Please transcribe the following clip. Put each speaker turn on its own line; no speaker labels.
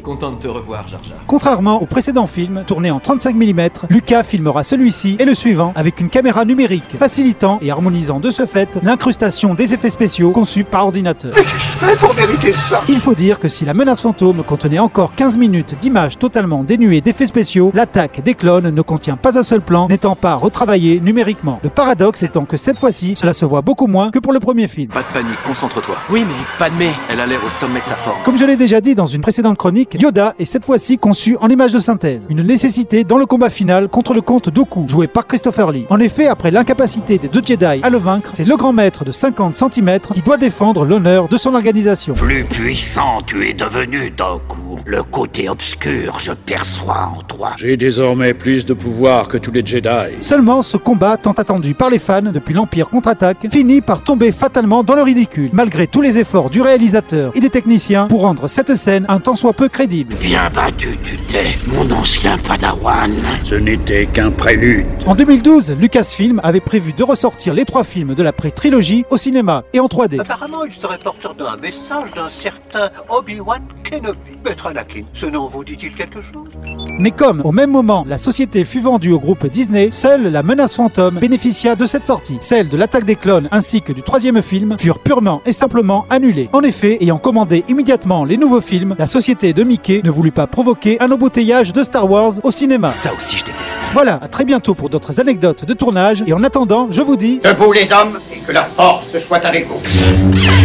Content de te revoir, Jar Jar.
Contrairement au précédent film, tourné en 35 mm, Lucas filmera celui-ci et le suivant avec une caméra numérique, facilitant et harmonisant de ce fait l'incrustation des effets spéciaux conçus par ordinateur. Il faut dire que si la menace fantôme contenait encore 15 minutes d'images totalement dénuées d'effets spéciaux, l'attaque des clones ne contient pas un seul plan, n'étant pas retravaillé numériquement. Le paradoxe étant que cette fois-ci, cela se voit beaucoup moins que pour le premier film.
Pas de panique, concentre-toi. Oui, mais pas de mais. Elle a l'air au sommet de sa forme.
Comme je l'ai déjà dit dans une précédente chronique, Yoda est cette fois-ci conçu en image de synthèse, une nécessité dans le combat final contre le comte Doku, joué par Christopher Lee. En effet, après l'incapacité des deux Jedi à le vaincre, c'est le grand maître de 50 cm qui doit défendre l'honneur de son organisation.
Plus puissant tu es devenu, Doku. Le côté obscur, je perçois en toi.
J'ai désormais plus de pouvoir que tous les Jedi.
Seulement, ce combat tant attendu par les fans depuis l'Empire contre-attaque finit par tomber fatalement dans le ridicule, malgré tous les efforts du réalisateur et des techniciens pour rendre cette scène un tant soit peu crédible.
Bien battu tu t'es, mon ancien padawan.
Ce n'était qu'un prélude.
En 2012, Lucasfilm avait prévu de ressortir les trois films de la pré-trilogie au cinéma et en 3D.
Apparemment, il serait porteur d'un message d'un certain Obi-Wan Kenobi. Maître Anakin, ce nom vous dit-il quelque chose
Mais comme, au même moment, la société fut vendue au groupe Disney, seule la menace fantôme bénéficia de cette sortie. Celle de l'attaque des clones ainsi que du troisième film furent purement et simplement annulées. En effet, ayant commandé immédiatement les nouveaux films, la société de Mickey ne voulut pas provoquer un embouteillage de Star Wars au cinéma.
Ça aussi, je déteste.
Voilà, à très bientôt pour d'autres anecdotes de tournage, et en attendant, je vous dis...
Debout les hommes et que la force soit avec vous.